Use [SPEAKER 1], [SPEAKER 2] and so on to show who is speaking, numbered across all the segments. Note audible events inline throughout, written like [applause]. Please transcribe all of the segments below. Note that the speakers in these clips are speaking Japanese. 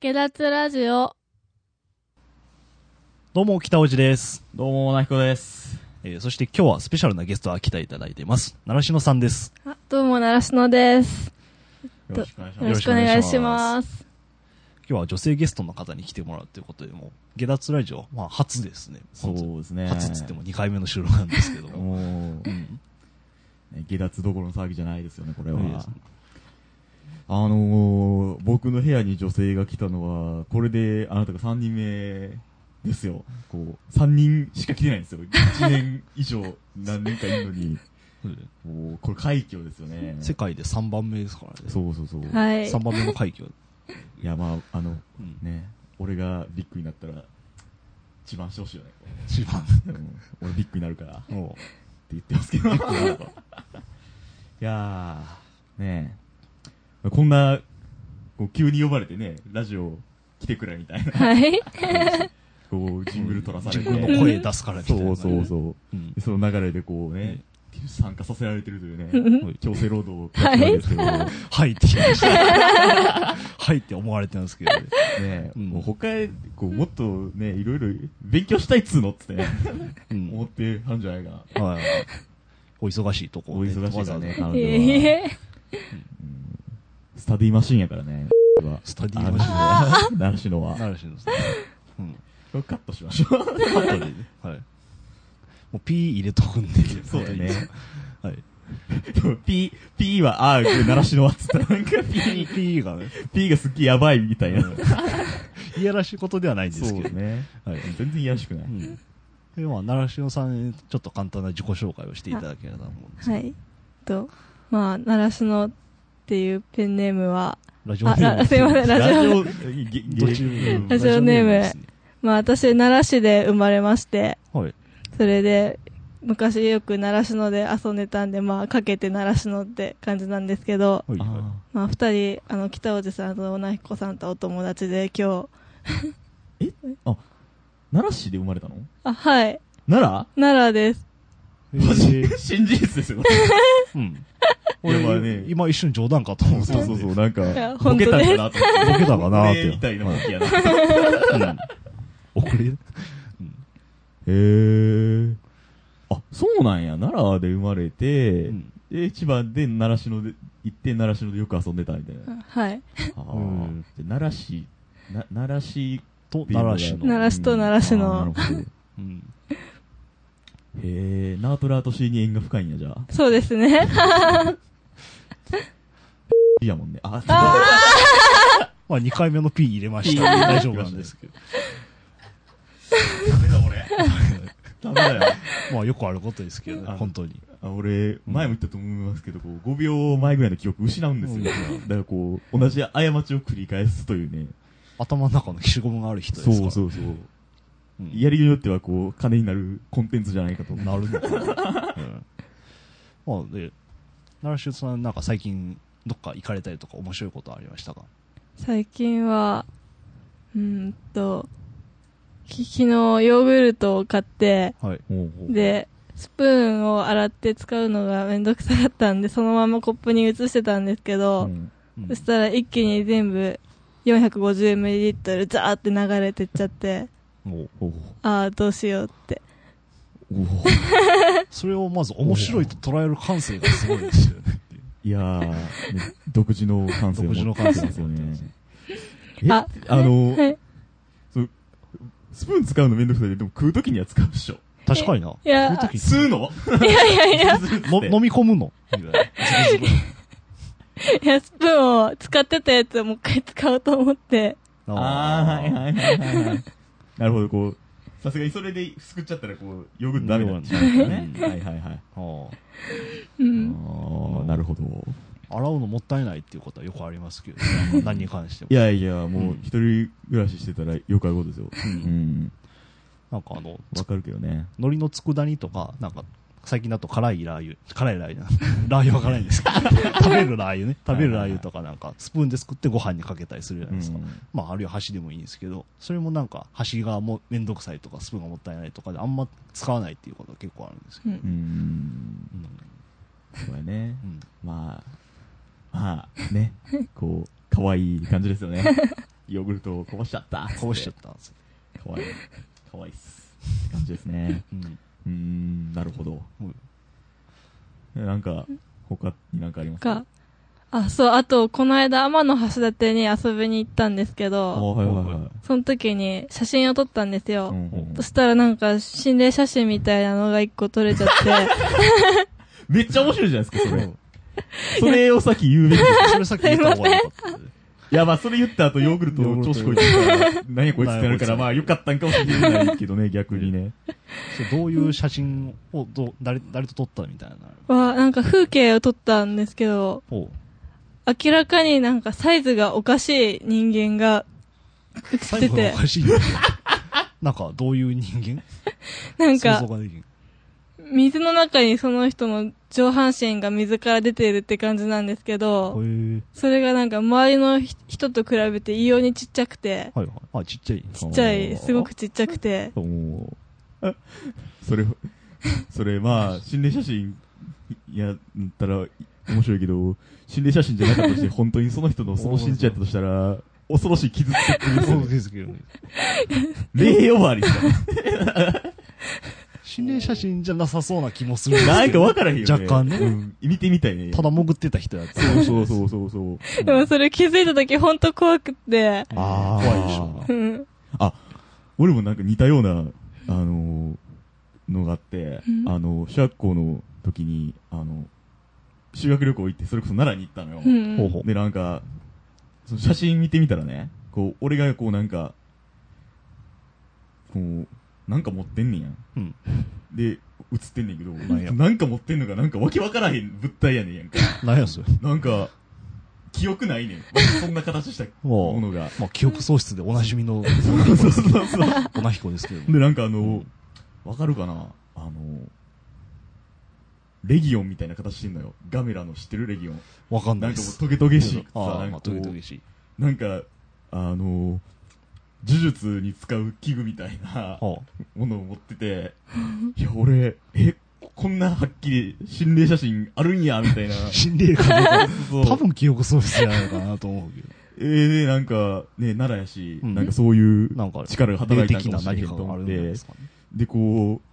[SPEAKER 1] 下脱ラジオ。
[SPEAKER 2] どうも、北尾路です、
[SPEAKER 3] どうも、なひこです。
[SPEAKER 2] えーそして今日はスペシャルなゲストが来ていただいてます。習志野さんです。
[SPEAKER 1] あどうも、習志野です。
[SPEAKER 3] よろしくお願いし
[SPEAKER 1] よ
[SPEAKER 3] ま
[SPEAKER 1] ろ
[SPEAKER 3] す。
[SPEAKER 1] しくお願いします。
[SPEAKER 2] 今日は女性ゲストの方に来てもらうということで、もう、下脱ラジオ、まあ、初ですね。
[SPEAKER 3] そうですね。
[SPEAKER 2] 初っつっても2回目の収録なんですけど
[SPEAKER 3] [laughs]
[SPEAKER 2] も。
[SPEAKER 3] もう、
[SPEAKER 2] うん
[SPEAKER 3] ね下脱どころの騒ぎじゃないですよね、これは。
[SPEAKER 2] いいですね
[SPEAKER 3] あのー、僕の部屋に女性が来たのは、これであなたが3人目ですよ。こう、3人しか来てないんですよ。1年以上、何年かいるのに。もう、これ快挙ですよね。
[SPEAKER 2] 世界で3番目ですからね。
[SPEAKER 3] そうそうそう。い、
[SPEAKER 1] はい。
[SPEAKER 2] 3番目の快挙。
[SPEAKER 3] や、まあ、あの、
[SPEAKER 2] うん
[SPEAKER 3] ね、俺がビッグになったら、自慢してほしいよね。こ
[SPEAKER 2] 一番。
[SPEAKER 3] ううん俺ビッグになるから。
[SPEAKER 2] も
[SPEAKER 3] って言ってますけど。いやー、ねえ。こんな、こう急に呼ばれてね、ラジオ来てくれみたいな。
[SPEAKER 1] はい。
[SPEAKER 3] こう、ジングル取ら
[SPEAKER 2] う
[SPEAKER 3] さ
[SPEAKER 2] 自
[SPEAKER 3] れて。
[SPEAKER 2] 分の声出すからみたいな
[SPEAKER 3] そ
[SPEAKER 2] ね。
[SPEAKER 3] うそうそうう。
[SPEAKER 2] ん。
[SPEAKER 3] その流れでこう
[SPEAKER 2] ね
[SPEAKER 3] ね、参加させられてるというね、
[SPEAKER 2] はい
[SPEAKER 3] 強制労働をやってるんですけど、ね
[SPEAKER 2] はいって言いました。 [laughs] はいって思われてるんですけどね。
[SPEAKER 3] え、
[SPEAKER 2] うん
[SPEAKER 3] もう他へ、こう、もっとね、いろいろ勉強したいっつうのっつってね、
[SPEAKER 2] うん
[SPEAKER 3] 思ってはんじゃないかな。
[SPEAKER 2] はい。お忙しいとこをね。
[SPEAKER 3] お忙しいからね
[SPEAKER 2] わざわざ
[SPEAKER 3] あの
[SPEAKER 1] いえいえ。
[SPEAKER 3] スタディマシンやからね、は。
[SPEAKER 2] スタディマシンで。
[SPEAKER 3] ーマシン。のは。
[SPEAKER 2] 習志野さん。うん。
[SPEAKER 3] これカットしましょう。
[SPEAKER 2] 後でね。はい。もう P 入れとくんで。
[SPEAKER 3] そうだね。
[SPEAKER 2] はい。
[SPEAKER 3] P、P は、ああ、これ、習志野はっつった。なんか
[SPEAKER 2] P、P がね、
[SPEAKER 3] P、P がすっげえやばいみたいな。
[SPEAKER 2] いやらしいことではないんですけど。
[SPEAKER 3] ね。
[SPEAKER 2] はい。。
[SPEAKER 3] 全然いやらしくないう
[SPEAKER 2] ん。で、まあ、習志野さんにちょっと簡単な自己紹介をしていただければと思うんですけど。
[SPEAKER 1] はい。と、まあ、習志野っていうペンネームは、
[SPEAKER 2] ラジオネ
[SPEAKER 1] あ、
[SPEAKER 2] ーム
[SPEAKER 1] なすいません、ラジオ。
[SPEAKER 3] オ、ゲ、
[SPEAKER 2] どっちも
[SPEAKER 1] ラジオネーム
[SPEAKER 2] ですね
[SPEAKER 1] まあ、私、奈良市で生まれまして、
[SPEAKER 2] はい。
[SPEAKER 1] それで、昔よく習志野で遊んでたんで、まあ、かけて習志野って感じなんですけど、
[SPEAKER 2] はい。
[SPEAKER 3] あ
[SPEAKER 1] まあ、二人、あの、北おじさんとなひこさんとお友達で今日、
[SPEAKER 3] ー奈良市で生まれたの
[SPEAKER 1] あ、はい、
[SPEAKER 3] 奈
[SPEAKER 1] 奈良です。
[SPEAKER 2] え
[SPEAKER 3] 良
[SPEAKER 2] ー
[SPEAKER 3] 新事実ですよ。
[SPEAKER 2] うん。
[SPEAKER 3] いやまあ
[SPEAKER 2] 俺
[SPEAKER 3] ね、
[SPEAKER 2] 今一瞬冗談かと思ったんで。
[SPEAKER 3] う、なんか
[SPEAKER 1] いや本当です
[SPEAKER 3] なと思って
[SPEAKER 2] ボケたかなーって
[SPEAKER 3] 俺み [laughs] たいなボケやな。
[SPEAKER 2] うん。遅れ
[SPEAKER 3] へー。あ、そうなんや。奈良で生まれて
[SPEAKER 2] う、ん。
[SPEAKER 3] で、千葉で習志野で、行って習志野でよく遊んでたみたいな。
[SPEAKER 1] はい。
[SPEAKER 3] ああ
[SPEAKER 2] うん
[SPEAKER 3] で奈良市、な奈良市
[SPEAKER 2] と、習志野。
[SPEAKER 1] 奈良市と奈良市の
[SPEAKER 3] うんあーなるほど
[SPEAKER 2] うん。
[SPEAKER 3] へえ、ナートラーと市に縁が深いんや、じゃあ。
[SPEAKER 1] そうですね。
[SPEAKER 3] いいやもんね。あ、
[SPEAKER 2] まあ、2回目の P 入れました。
[SPEAKER 3] P
[SPEAKER 2] 大丈夫なんですけど。
[SPEAKER 3] ダメだ、俺。ダメだよ。
[SPEAKER 2] まあ、よくあることですけどね
[SPEAKER 3] あ、の
[SPEAKER 2] 本当に。
[SPEAKER 3] あ俺、前も言ったと思いますけど、こう、5秒前ぐらいの記憶失うんですよ。だからこう、同じ過ちを繰り返すというね。
[SPEAKER 2] 頭の中の消しゴムがある人ですから。
[SPEAKER 3] うそう。
[SPEAKER 2] うん
[SPEAKER 3] やりによっては、こう、金になるコンテンツじゃないかと思う。
[SPEAKER 2] なるのかな。うんまあ、で、奈良修さん、なんか最近、どっか行かれたりとか面白いことありましたか
[SPEAKER 1] 最近は、うーんと、き昨日ヨーグルトを買って、
[SPEAKER 2] はい。
[SPEAKER 3] ほうほう
[SPEAKER 1] で、スプーンを洗って使うのがめんどくさかったんで、そのままコップに移してたんですけ
[SPEAKER 3] う
[SPEAKER 1] ど、
[SPEAKER 3] ん
[SPEAKER 2] うん
[SPEAKER 1] そしたら一気に全部 450ml ザーって流れてっちゃって、
[SPEAKER 2] もう
[SPEAKER 3] ほう
[SPEAKER 1] ああ、どうしよう
[SPEAKER 3] [laughs]
[SPEAKER 1] って。
[SPEAKER 3] ほうほう
[SPEAKER 2] それをまず面白いと捉える感性がすごいですよね。
[SPEAKER 3] いやー、ね独自の感性を
[SPEAKER 2] 独自
[SPEAKER 3] 持
[SPEAKER 2] の
[SPEAKER 3] ってま
[SPEAKER 2] 感性
[SPEAKER 3] す
[SPEAKER 2] を
[SPEAKER 3] よ
[SPEAKER 2] 持ってま
[SPEAKER 3] ね
[SPEAKER 2] すね。
[SPEAKER 3] え
[SPEAKER 1] あ
[SPEAKER 3] あの
[SPEAKER 1] はい
[SPEAKER 3] そうスプーン使うのめんどくさいけど、でも食うときには使うでしょ。
[SPEAKER 2] 確かにな。
[SPEAKER 1] いや
[SPEAKER 2] そういう時
[SPEAKER 3] 吸うの
[SPEAKER 1] いやいやいや、
[SPEAKER 2] の飲み込むの。
[SPEAKER 3] [laughs]
[SPEAKER 1] いや、スプーンを使ってたやつをもう一回使おうと思って、
[SPEAKER 3] あー、はい
[SPEAKER 2] い。
[SPEAKER 3] はいはいはいはい。なるほど、こう、さすがにそれですくっちゃったら、こう、ヨーグルトダメになっちゃうからね。
[SPEAKER 2] うん
[SPEAKER 3] はいはいはい。
[SPEAKER 2] あー
[SPEAKER 1] う
[SPEAKER 3] あ
[SPEAKER 1] ん。
[SPEAKER 3] ー、なるほど。
[SPEAKER 2] 洗うのもったいないっていうことはよくありますけど、
[SPEAKER 3] [laughs]
[SPEAKER 2] 何に関しても
[SPEAKER 3] い。やいや、
[SPEAKER 2] う、
[SPEAKER 3] もうん一人暮らししてたらよくあることですよ。うん。
[SPEAKER 2] なんかあの、
[SPEAKER 3] わかるけどね。
[SPEAKER 2] 海苔の佃煮とか、なんか、最近だと辛いラー油、辛い [laughs] ラー油な、ラー油は辛いん
[SPEAKER 3] [laughs]
[SPEAKER 2] ですけど、食べるラー油ね、食べるラー油とかなんか、スプーンですくってご飯にかけたりするじゃないですか。
[SPEAKER 3] うん
[SPEAKER 2] まあ、あるいは箸でもいいんですけど、それもなんか、箸がもうめんどくさいとか、スプーンがもったいないとかで、あんま使わないっていうことが結構あるんですけ
[SPEAKER 1] う
[SPEAKER 2] ど。
[SPEAKER 3] うんん。そうやね。
[SPEAKER 2] うん
[SPEAKER 3] [laughs] まあ、まあ、ね。こう、可愛い感じですよね。ヨーグルトをこぼしちゃった。
[SPEAKER 2] こぼしちゃったんです。
[SPEAKER 3] た。かわいい。かわいいっす。って感じですね。
[SPEAKER 2] うん。
[SPEAKER 3] うーん、なるほど。
[SPEAKER 2] もう
[SPEAKER 3] なんか、他になんかあります
[SPEAKER 1] か。あ、そう、あと、この間、天の橋立に遊びに行ったんですけ
[SPEAKER 3] あ
[SPEAKER 1] ど、
[SPEAKER 3] はいはいはい。
[SPEAKER 1] その時に写真を撮ったんですよ。
[SPEAKER 3] うんうん
[SPEAKER 1] そしたらなんか心霊写真みたいなのが一個撮れちゃっ
[SPEAKER 2] [laughs]
[SPEAKER 1] て、
[SPEAKER 3] めっちゃ面白いじゃないですか、それ
[SPEAKER 2] ん。
[SPEAKER 3] それをさっき言うべきです。
[SPEAKER 2] それさっき言った方が良かったね。
[SPEAKER 3] いや、まあ、それ言った後、ヨーグルト調子こいてるから、何やこいつってな
[SPEAKER 2] 何やこい
[SPEAKER 3] るから、
[SPEAKER 2] つ
[SPEAKER 3] まあ、よかったんかもしれないけど [laughs] ね、逆にね。 [laughs]
[SPEAKER 2] そうどういう写真をどう誰誰と撮ったみたいな。
[SPEAKER 1] わ、なんか風景を撮ったんですけど、
[SPEAKER 2] ほ
[SPEAKER 1] 明らかになんかサイズがおかしい人間が
[SPEAKER 2] う。
[SPEAKER 1] 映っ
[SPEAKER 2] 最
[SPEAKER 1] て
[SPEAKER 2] 後が
[SPEAKER 1] て
[SPEAKER 2] お、かしいん
[SPEAKER 3] [laughs]
[SPEAKER 2] だけどなんか、どういう人間
[SPEAKER 1] なん
[SPEAKER 2] 想
[SPEAKER 1] か
[SPEAKER 2] 像ができん。
[SPEAKER 1] 水の中にその人の上半身が水から出ているって感じなんですけど、
[SPEAKER 2] へえ。
[SPEAKER 1] それがなんか周りのひ人と比べて異様にちっちゃくて、
[SPEAKER 2] はいはい。あ、ちっちゃい。
[SPEAKER 1] ちっちゃい、すごくちっちゃくて、
[SPEAKER 3] もう、それ、それ、まあ、心霊写真、やったら、面白いけど、心霊写真じゃなかったとして、本当にその人のその信じやったとしたら、恐ろしい傷つけてるんですよ
[SPEAKER 2] そう
[SPEAKER 3] ね。
[SPEAKER 2] ですけどね。
[SPEAKER 3] 霊呼ばわりですか [laughs]
[SPEAKER 2] 心霊写真じゃなさそうな気もするんですけど
[SPEAKER 3] なんかわからへんよね。
[SPEAKER 2] 若干ね
[SPEAKER 3] うん見てみたいね。
[SPEAKER 2] ただ潜ってた人やった。
[SPEAKER 3] そうそうそうそう。
[SPEAKER 1] でもそれ気づいた時ほんと怖くって、
[SPEAKER 3] あー
[SPEAKER 2] 怖いでしょ
[SPEAKER 1] う。ん
[SPEAKER 3] あ、俺もなんか似たような、あのーのがあって、
[SPEAKER 1] うん
[SPEAKER 3] あの、小学校の時に、あの、修学旅行行って、それこそ奈良に行ったのよ。
[SPEAKER 1] うん
[SPEAKER 2] ほうほう。
[SPEAKER 3] で、なんか、その写真見てみたらね、こう、俺がこうなんか、こう、なんか持ってんねんやん。
[SPEAKER 2] うん。
[SPEAKER 3] で、写ってんねんけど、
[SPEAKER 2] んや
[SPEAKER 3] なんか持ってんのかなんかわけわからへん物体やねんやんか。
[SPEAKER 2] 何やそれ。
[SPEAKER 3] なんか、記憶ないねん。そんな形した
[SPEAKER 2] もう
[SPEAKER 3] ものが。
[SPEAKER 2] まあ、記憶喪失でおなじみの、
[SPEAKER 3] そうそうそうそう。
[SPEAKER 2] おなひこですけども。
[SPEAKER 3] で、なんかあの、わかるかなあの、レギオンみたいな形してんのよ。ガメラの知ってるレギオン。
[SPEAKER 2] わかんな
[SPEAKER 3] ないん
[SPEAKER 2] で
[SPEAKER 3] かもう
[SPEAKER 2] す。
[SPEAKER 3] トゲトゲしいさ、
[SPEAKER 2] あ
[SPEAKER 3] な
[SPEAKER 2] あ、
[SPEAKER 3] ん
[SPEAKER 2] まあ、
[SPEAKER 3] かこと
[SPEAKER 2] げと
[SPEAKER 3] う
[SPEAKER 2] げしい。
[SPEAKER 3] なんか、あの、呪術に使う器具みたいな
[SPEAKER 2] は
[SPEAKER 3] ものを持ってて、いや、俺、え、こんなはっきり心霊写真あるんや、みたいな。
[SPEAKER 2] あ心霊かどうか、
[SPEAKER 3] そ
[SPEAKER 2] [laughs]
[SPEAKER 3] う
[SPEAKER 2] 多分記憶喪失じゃないかなと思うけど。
[SPEAKER 3] えー、で、なんか、ね、奈良やし、
[SPEAKER 2] うん
[SPEAKER 3] なんかそういう
[SPEAKER 2] なんか、
[SPEAKER 3] 力が働いた
[SPEAKER 2] 霊
[SPEAKER 3] んか
[SPEAKER 2] 的
[SPEAKER 3] も
[SPEAKER 2] な
[SPEAKER 3] しれ
[SPEAKER 2] 何
[SPEAKER 3] へん
[SPEAKER 2] か
[SPEAKER 3] と
[SPEAKER 2] があ
[SPEAKER 3] 思
[SPEAKER 2] る
[SPEAKER 3] っ
[SPEAKER 2] んじゃない
[SPEAKER 3] て
[SPEAKER 2] で、すかね。
[SPEAKER 3] で、こう、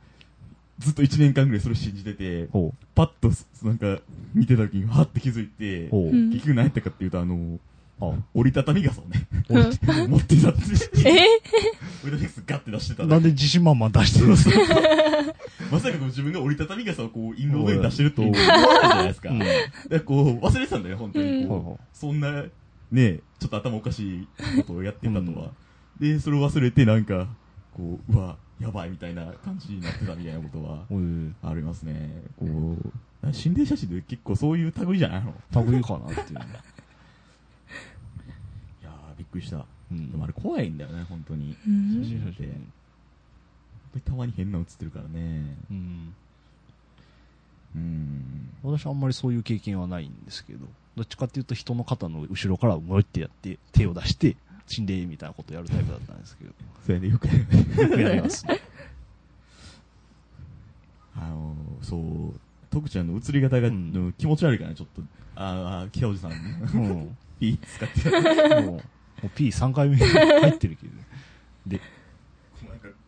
[SPEAKER 3] ずっと1年間ぐらいそれ信じてて、
[SPEAKER 2] ほ
[SPEAKER 3] パッと、なんか、見てた時に、はって気づいて
[SPEAKER 2] う。、ほ
[SPEAKER 1] う
[SPEAKER 3] 結局何やったかっていうと、あの、
[SPEAKER 2] う。あ
[SPEAKER 3] 折りたたみ傘を
[SPEAKER 2] [laughs]
[SPEAKER 3] ね、
[SPEAKER 1] うん
[SPEAKER 3] 持ってたんですよ。
[SPEAKER 1] え
[SPEAKER 3] 折りたたみ傘ガッて出してた
[SPEAKER 2] あ
[SPEAKER 3] ん
[SPEAKER 2] なんで自信満々出してるんですか
[SPEAKER 3] まさかこう自分が折りたたみ傘をこう、陰謀のように出してると
[SPEAKER 2] うん
[SPEAKER 3] 思わないじゃないですか。
[SPEAKER 2] うん
[SPEAKER 3] だからこう、忘れてたんだよ、本当に。
[SPEAKER 2] うん
[SPEAKER 3] こうそんな、ね、ちょっと頭おかしいことをやってたとは。で、それを忘れて、なんか、こう、うわ、やばいみたいな感じになってたみたいなことは、
[SPEAKER 2] おい、
[SPEAKER 3] ありますね。こう、心霊写真で結構そういう類じゃないの
[SPEAKER 2] 類かなっていう。
[SPEAKER 3] いやー、びっくりした。
[SPEAKER 2] う
[SPEAKER 3] でもあ
[SPEAKER 2] ん。
[SPEAKER 3] れ怖いんだよね、本当に。
[SPEAKER 1] うん
[SPEAKER 3] 写真写真たまに変なの写ってるからね。
[SPEAKER 2] うん。
[SPEAKER 3] うーん。
[SPEAKER 2] 私あんまりそういう経験はないんですけど、どっちかっていうと人の肩の後ろからもうってやって、手を出して、心霊みたいなことをやるタイプだったんですけど、
[SPEAKER 3] それでよくやる [laughs] ね。
[SPEAKER 2] よくやりますね。
[SPEAKER 3] あのー、そう、徳ちゃんの映り方が、
[SPEAKER 2] うん
[SPEAKER 3] でも気持ち悪いからね、ちょっと。あーあー、北おじさん、
[SPEAKER 2] うん。も
[SPEAKER 3] [laughs] ピー使って。なんか、
[SPEAKER 2] う、もう P3 回目に入ってるけどね。で、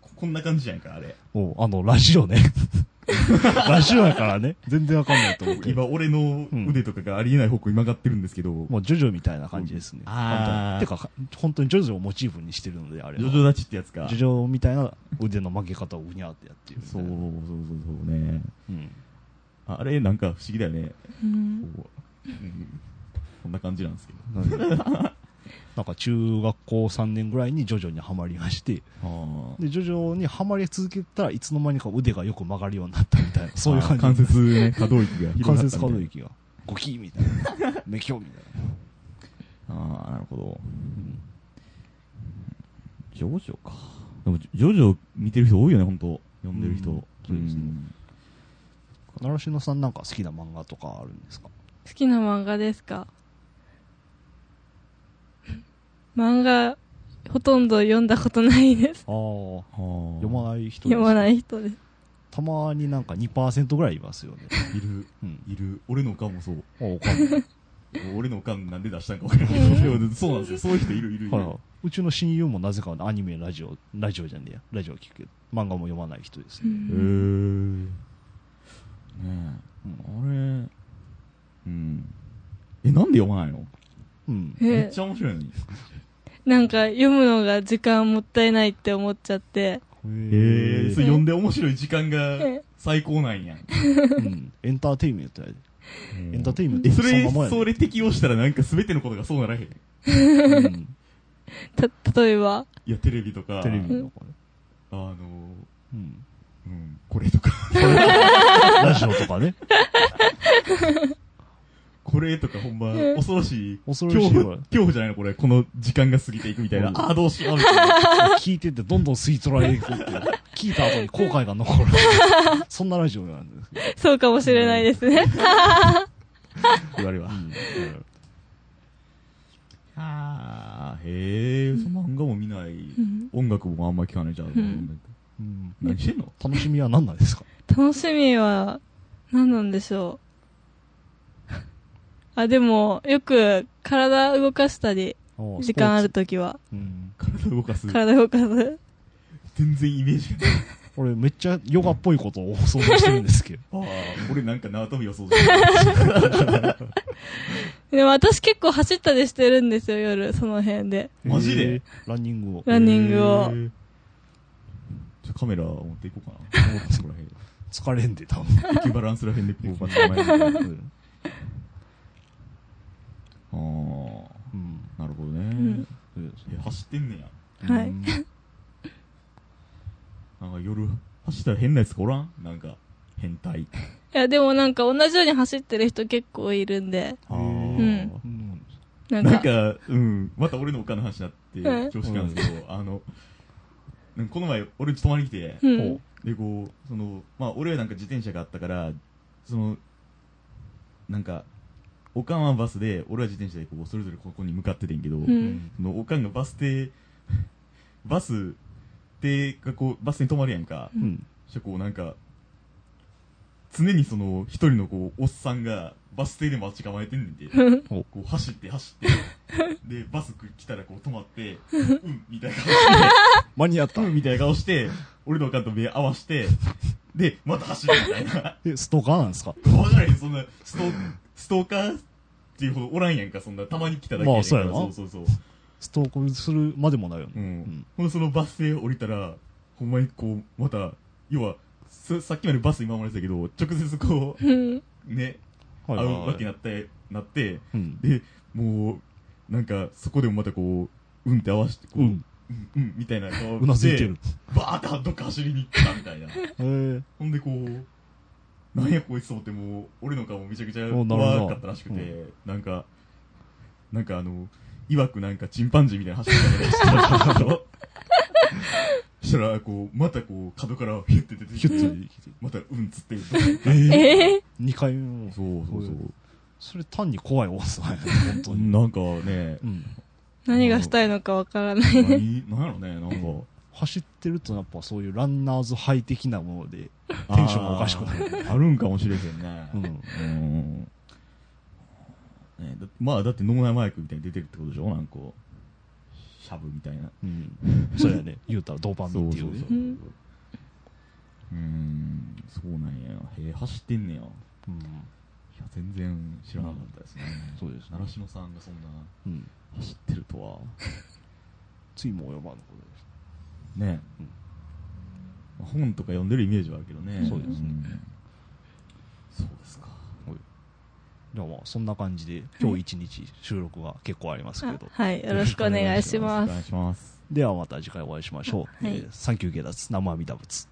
[SPEAKER 3] ここんな感じじゃんか、あれ。
[SPEAKER 2] もう、あの、ラジオね。ラジオやからね、全然わかんないと思うけど、
[SPEAKER 3] 今、俺の腕とかがありえない方向に曲がってるんですけど、
[SPEAKER 2] もうジョジョみたいな感じですね。
[SPEAKER 3] あー
[SPEAKER 2] 本当にてか、本当にジョジョをモチーフにしてるので、あれ
[SPEAKER 3] ジ
[SPEAKER 2] は
[SPEAKER 3] ョジョ立ちってやつか。
[SPEAKER 2] ジョジョみたいな腕の曲げ方をうにゃーってやってるみた
[SPEAKER 3] そう
[SPEAKER 2] い
[SPEAKER 3] そう
[SPEAKER 2] な。
[SPEAKER 3] そうそうね。
[SPEAKER 2] うん。
[SPEAKER 3] ああれ、なんか不思議だよね。
[SPEAKER 1] うん
[SPEAKER 3] こう、うん、こんな感じなんですけど。
[SPEAKER 2] なんか中学校3年ぐらいに徐々にはまりまして、
[SPEAKER 3] あ
[SPEAKER 2] で、徐々にはまり続けたらいつの間にか腕がよく曲がるようになったみたいな、そういう感じ。
[SPEAKER 3] 関節ね、可動域が広がったみたい
[SPEAKER 2] 関
[SPEAKER 3] な
[SPEAKER 2] 節可動。域が。ゴキーみたいな。目強みたいな。
[SPEAKER 3] ああ、なるほど。ジョジョか。でも、ジョジョ見てる人多いよね、本当読んでる人。
[SPEAKER 2] うんそうですね奈良篠さんなんか好きな漫画とかあるんですか
[SPEAKER 1] 好きな漫画ですか漫画、ほとんど読んだことないです。
[SPEAKER 2] ああ。
[SPEAKER 3] 読
[SPEAKER 2] 読まない人。
[SPEAKER 1] 読まないい人です。
[SPEAKER 2] たまになんか2%ぐらいいますよね。
[SPEAKER 3] いる、
[SPEAKER 2] うん。
[SPEAKER 3] いる。俺のおかんもそう。
[SPEAKER 2] あ、おかん。
[SPEAKER 3] もう俺のおかんなんで出したんか分からない。でもそうなんですよ。そういう人いるいるいる。
[SPEAKER 2] はいはいうちの親友もなぜかアニメ、ラジオ、ラジオじゃねえや、ラジオは聞くけど、漫画も読まない人です
[SPEAKER 1] う
[SPEAKER 2] ね。
[SPEAKER 3] へ
[SPEAKER 1] ん
[SPEAKER 3] ーねえ、あれ、うん。え、なんで読まないの
[SPEAKER 2] うん。
[SPEAKER 3] め
[SPEAKER 1] え
[SPEAKER 3] っちゃ面白いのに。
[SPEAKER 1] なんか読むのが時間もったいないって思っちゃって。
[SPEAKER 3] ええ、そ
[SPEAKER 1] う
[SPEAKER 3] れ読んで面白い時間が
[SPEAKER 1] え
[SPEAKER 3] 最高なんや。
[SPEAKER 2] うんエンターテイメントやで。エンターテイメント
[SPEAKER 3] え、
[SPEAKER 2] って
[SPEAKER 3] そ
[SPEAKER 2] その
[SPEAKER 3] れ
[SPEAKER 2] まま、や
[SPEAKER 3] そ
[SPEAKER 2] で。
[SPEAKER 3] れ適用したらなんか全てのことがそうならへん。
[SPEAKER 2] うん
[SPEAKER 1] た、例えば。
[SPEAKER 3] いや、テレビとか、
[SPEAKER 2] テレビのこれ。
[SPEAKER 3] あの、
[SPEAKER 2] うん
[SPEAKER 3] うん、これとか、 [laughs]
[SPEAKER 2] ラジオとかね。
[SPEAKER 3] これとかほんま、恐ろしい。
[SPEAKER 2] 恐ろしいわ
[SPEAKER 3] 恐怖、恐怖じゃないのこれ、この時間が過ぎていくみたいな
[SPEAKER 2] う。ん
[SPEAKER 3] ああ、どうしよう、みたいな。
[SPEAKER 2] 聞いててどんどん吸い取られていくっていう。聞いた後に後悔
[SPEAKER 1] [laughs]
[SPEAKER 2] が残る。そんなラジオなんですけど。
[SPEAKER 1] そうかもしれないですね。
[SPEAKER 3] 言われは
[SPEAKER 2] う。ん
[SPEAKER 3] ああ、へえ、漫画も見ない。音楽もあんま聞かないじゃん。
[SPEAKER 2] うん
[SPEAKER 3] 何してんの
[SPEAKER 2] 楽しみは何なんですか
[SPEAKER 1] 楽しみは、何なんでしょう。あ、でも、よく体動かしたり、時間ある。ときは、
[SPEAKER 2] うん
[SPEAKER 3] 体動かす。
[SPEAKER 1] 体動かす。
[SPEAKER 3] 全然イメージがない。
[SPEAKER 2] 俺めっちゃヨガっぽいことを想像してるんですけど。
[SPEAKER 3] ああ、俺なんか縄跳び予想してる。
[SPEAKER 1] でも私結構走ったりしてるんですよ、夜、その辺で。
[SPEAKER 3] [laughs] マジで
[SPEAKER 2] えーランニングを
[SPEAKER 1] ランニングを
[SPEAKER 3] へー。じゃあカメラ持っていこうかな。そこら辺
[SPEAKER 2] 疲れんで、多分。
[SPEAKER 3] エキバランスら辺でこう、また前に。あ
[SPEAKER 2] うん
[SPEAKER 3] あ、
[SPEAKER 2] うん
[SPEAKER 3] なるほど
[SPEAKER 1] ん
[SPEAKER 3] ね。
[SPEAKER 2] うん
[SPEAKER 3] え走ってんねや。
[SPEAKER 1] はい
[SPEAKER 2] うん
[SPEAKER 3] なんか夜、走ったら変なやつがおらんなんか、変態。
[SPEAKER 1] いや、でもなんか同じように走ってる人結構いるんで、
[SPEAKER 3] あ
[SPEAKER 1] ん
[SPEAKER 2] う
[SPEAKER 3] ー
[SPEAKER 2] ん
[SPEAKER 1] なん
[SPEAKER 3] なん
[SPEAKER 1] か、
[SPEAKER 3] か、うん、また俺のおかんの話になって、
[SPEAKER 1] うん
[SPEAKER 3] 恐縮なんですけど、あの、なんかこの前、俺んち泊まりに来て、
[SPEAKER 1] うん
[SPEAKER 2] ほう
[SPEAKER 3] で、こう、その、まあ、俺はなんか自転車があったから、その、なんか、おかんはバスで、俺は自転車で、こう、それぞれここに向かっててんけど、
[SPEAKER 1] う、
[SPEAKER 2] うんん
[SPEAKER 3] その、おかんがバス停、バス停がこう、バスに止まるやんか。
[SPEAKER 2] うん
[SPEAKER 3] そしたらこう、なんか、常にその、一人のこう、おっさんが、バス停で待ち構えてんねんて。
[SPEAKER 2] ほ
[SPEAKER 3] こう走って走って、 [laughs] で、バス来たらこう止まって、うん、みたいな顔して、
[SPEAKER 2] う間に [laughs] 合った
[SPEAKER 3] うん、。みたいな顔して、俺のおかんと目合わして、で、また走るみたいな。 [laughs]
[SPEAKER 2] え、ストーカーなんですか
[SPEAKER 3] わからへん、そんな、スト、ストーカーっていうほどおらんやんか、そんな、たまに来ただけんから
[SPEAKER 2] まあそうやな
[SPEAKER 3] そうそうそう。
[SPEAKER 2] ストーカーするまでもないよ
[SPEAKER 3] う
[SPEAKER 2] ね。
[SPEAKER 3] ん。ほんでそのバス停降りたら、ほんまにこう、また、要は、ささっきまでバスに守られてたけど、直接こ
[SPEAKER 1] うん、
[SPEAKER 3] う、ね、
[SPEAKER 2] は
[SPEAKER 3] 会
[SPEAKER 2] いはいうはい
[SPEAKER 3] わけになって、なって、
[SPEAKER 2] うん。
[SPEAKER 3] で、もう、なんか、そこでもまたこう、うんって合わせて、こ
[SPEAKER 2] う
[SPEAKER 3] う、うん
[SPEAKER 2] ん、
[SPEAKER 3] うん、みたいな顔
[SPEAKER 2] [laughs] うなずいてる。。
[SPEAKER 3] バーってどっか走りに行ったみたいな。
[SPEAKER 2] へー
[SPEAKER 3] ほんでこう、なんやこいつと思ってもう、俺の顔もめちゃくちゃ
[SPEAKER 2] おなるほど
[SPEAKER 3] 怖かったらしくて、なんか、なんかあの、いわくなんかチンパンジーみたいな走り方してた
[SPEAKER 2] [laughs]
[SPEAKER 3] けどしたら、こう、またこう、角からヒュッて出てき
[SPEAKER 2] ヒ
[SPEAKER 3] て、
[SPEAKER 2] ュッて。
[SPEAKER 3] またうんっつって、
[SPEAKER 1] ええ
[SPEAKER 2] 2回目も。
[SPEAKER 3] そうそうそ
[SPEAKER 2] それ単に怖いおっさんやね、本当
[SPEAKER 3] う。
[SPEAKER 2] に。
[SPEAKER 3] なんかね
[SPEAKER 2] う、ん。
[SPEAKER 1] 何がしたいのかわからない。
[SPEAKER 3] 何、なんやろね、なんか。
[SPEAKER 2] 走ってるとやっぱそういうランナーズハイ的なもので、
[SPEAKER 3] あー
[SPEAKER 2] テンションがおかしくなる
[SPEAKER 3] あるんかもしれへんね。
[SPEAKER 2] うん
[SPEAKER 3] うんねだまあ、だって脳内マイクみたいに出てるってことでしょなんかこう、シャブみたいな。
[SPEAKER 2] うん。それやね、言うたらドーパミンっていうね。
[SPEAKER 1] う
[SPEAKER 3] うん
[SPEAKER 1] ん。
[SPEAKER 3] そうなんや。へえ、走ってんねや。い
[SPEAKER 2] うん
[SPEAKER 3] や、全然知らなかったですね。
[SPEAKER 2] そうですね
[SPEAKER 3] 習志野さんがそんな
[SPEAKER 2] うん。
[SPEAKER 3] 走ってるとは。
[SPEAKER 2] ついも及ばぬことです。
[SPEAKER 3] ね、
[SPEAKER 2] うん
[SPEAKER 3] まあ本とか読んでるイメージはあるけどね。
[SPEAKER 2] そうですね
[SPEAKER 3] んそうですか。
[SPEAKER 2] でもまあそんな感じで今日一日収録が結構ありますけ
[SPEAKER 1] あ
[SPEAKER 2] ど、
[SPEAKER 1] はい、よろしくお願いし
[SPEAKER 3] よろくお
[SPEAKER 1] ます
[SPEAKER 3] 願。いします。
[SPEAKER 2] ではまた次回お会いしましょう、
[SPEAKER 1] はい
[SPEAKER 2] えーサンキューゲイダツ生阿弥陀仏